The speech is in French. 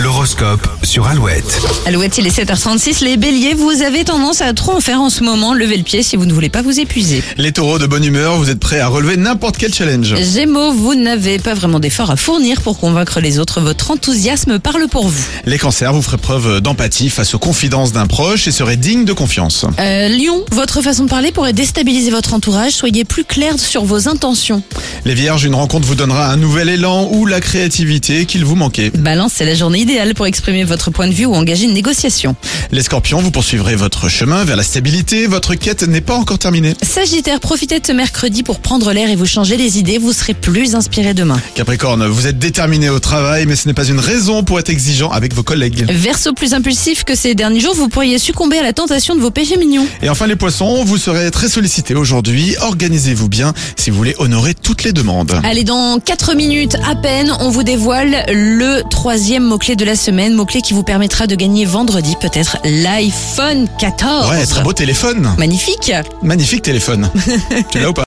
L'horoscope sur Alouette. Alouette, il est 7h36. Les béliers, vous avez tendance à trop en faire en ce moment. Levez le pied si vous ne voulez pas vous épuiser. Les taureaux de bonne humeur, vous êtes prêts à relever n'importe quel challenge. Gémeaux, vous n'avez pas vraiment d'efforts à fournir pour convaincre les autres. Votre enthousiasme parle pour vous. Les cancers, vous ferez preuve d'empathie face aux confidences d'un proche et serez digne de confiance. Euh, Lyon, votre façon de parler pourrait déstabiliser votre entourage. Soyez plus clair sur vos intentions. Les vierges, une rencontre vous donnera un nouvel élan ou la créativité qu'il vous manquait. Balance, c'est la journée idéale pour exprimer votre point de vue ou engager une négociation. Les scorpions, vous poursuivrez votre chemin vers la stabilité, votre quête n'est pas encore terminée. Sagittaire, profitez de ce mercredi pour prendre l'air et vous changer les idées. Vous serez plus inspiré demain. Capricorne, vous êtes déterminé au travail, mais ce n'est pas une raison pour être exigeant avec vos collègues. Verseau, plus impulsif que ces derniers jours, vous pourriez succomber à la tentation de vos péchés mignons. Et enfin les poissons, vous serez très sollicités aujourd'hui, organisez-vous bien si vous voulez honorer toutes les demandes. Allez, dans 4 minutes à peine, on vous dévoile le troisième mot-clé de la semaine, mot-clé qui vous permettra de gagner vendredi peut-être l'iPhone 14. Ouais, très beau téléphone. Magnifique Magnifique téléphone. tu l'as ou pas